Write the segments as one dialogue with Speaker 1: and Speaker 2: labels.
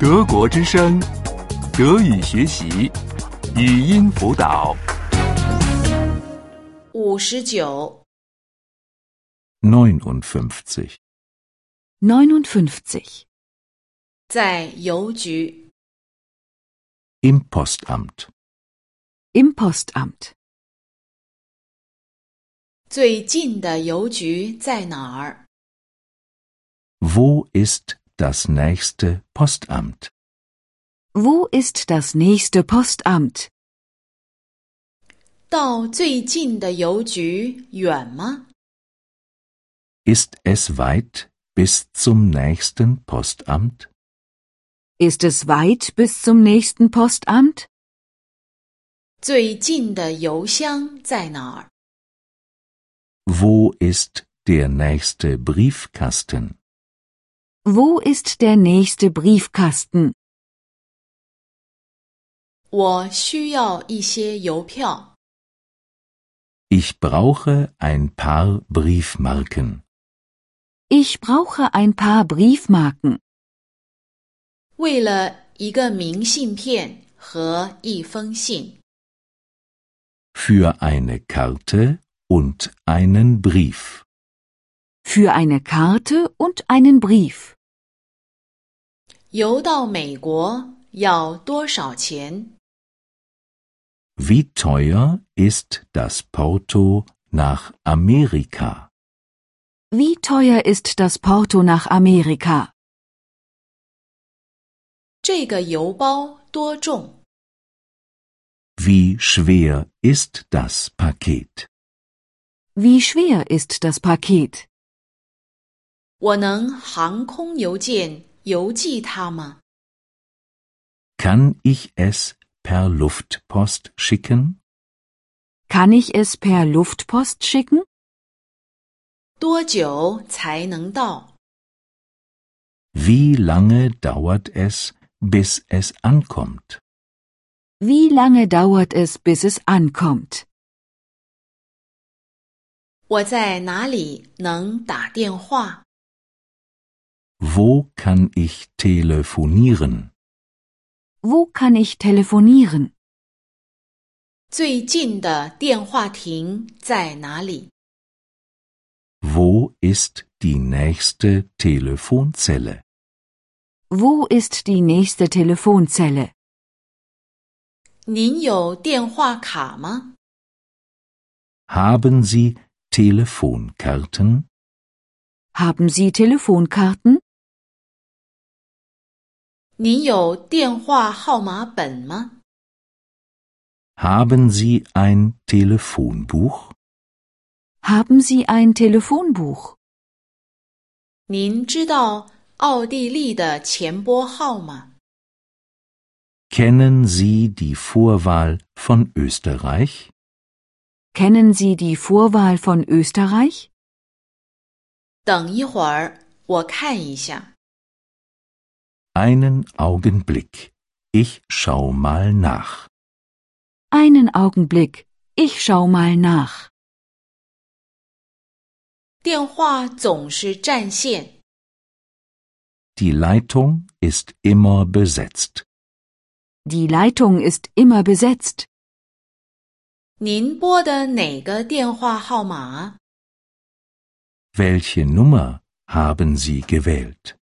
Speaker 1: 德国之声，德语学习，语音辅导。
Speaker 2: 五十九，
Speaker 3: 59.
Speaker 4: 59.
Speaker 2: 在邮局，
Speaker 3: Im Postamt.
Speaker 4: Im Postamt.
Speaker 2: 最近的邮局在哪儿？
Speaker 3: Wo ist das nächste Postamt?
Speaker 4: Wo ist das nächste Postamt?
Speaker 2: 到最近的邮局远吗？
Speaker 3: Ist es weit bis zum nächsten Postamt?
Speaker 4: Ist es weit bis zum nächsten Postamt?
Speaker 2: 最近的邮箱在哪儿？
Speaker 3: Wo ist der nächste Briefkasten?
Speaker 4: Wo ist der nächste Briefkasten?
Speaker 2: 我需要一些邮票，
Speaker 3: Ich brauche ein paar Briefmarken.
Speaker 4: Ich brauche ein paar Briefmarken
Speaker 2: 为了一个明信片和一封信。
Speaker 3: Für eine Karte und einen Brief.
Speaker 4: für eine Karte und einen Brief.
Speaker 2: 邮到美国要多少钱？
Speaker 3: Wie teuer ist das Porto nach Amerika?
Speaker 4: Wie teuer ist das Porto nach Amerika?
Speaker 2: 这个邮包多重？
Speaker 3: Wie schwer ist das Paket?
Speaker 4: Wie schwer ist das Paket?
Speaker 2: 我能航空邮件邮寄它吗？
Speaker 3: Kann ich es per Luftpost schicken?
Speaker 4: Kann ich es per Luftpost schicken?
Speaker 2: 多久才能到？
Speaker 3: Wie lange dauert es, bis es ankommt?
Speaker 4: Wie lange dauert es, bis es ankommt?
Speaker 2: 我在哪里能打电话？
Speaker 3: Wo kann ich telefonieren?
Speaker 4: Wo kann ich telefonieren?
Speaker 2: 最近的电话亭在哪里？
Speaker 3: Wo ist die nächste Telefonzelle?
Speaker 4: Wo ist die nächste Telefonzelle?
Speaker 2: 您有电话卡吗？
Speaker 3: Haben Sie Telefonkarten?
Speaker 4: Haben Sie Telefonkarten?
Speaker 2: 您有电话号码本吗？
Speaker 3: Haben Sie ein Telefonbuch?
Speaker 4: Haben Sie ein Telefonbuch?
Speaker 2: 您知道奥地利的钱拨号吗？
Speaker 3: Kennen Sie die Vorwahl von Österreich?
Speaker 4: Kennen Sie die Vorwahl von Österreich?
Speaker 2: 等一会儿，我看一下。
Speaker 3: Einen Augenblick. Ich schau mal nach.
Speaker 4: Einen Augenblick, ich schau mal nach.
Speaker 2: 电话总是占线，
Speaker 3: Die Leitung ist immer besetzt.
Speaker 4: Die Leitung ist immer besetzt.
Speaker 2: 您拨的哪个电话号码？
Speaker 3: Welche Nummer haben Sie gewählt?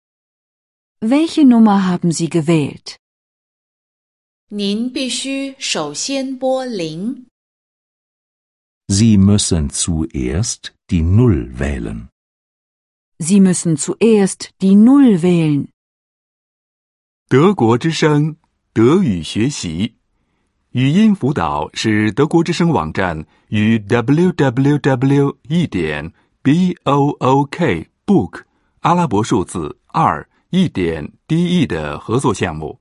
Speaker 4: Welche Nummer haben Sie gewählt?
Speaker 2: 您必须首先拨零。
Speaker 3: Sie müssen zuerst die Null wählen.
Speaker 4: Sie müssen zuerst die Null wählen.
Speaker 1: 德国之声，德语学习，语音辅导是德国之声网站与 www. 一点 b o o k book 阿拉伯数字二一点 d e 的合作项目。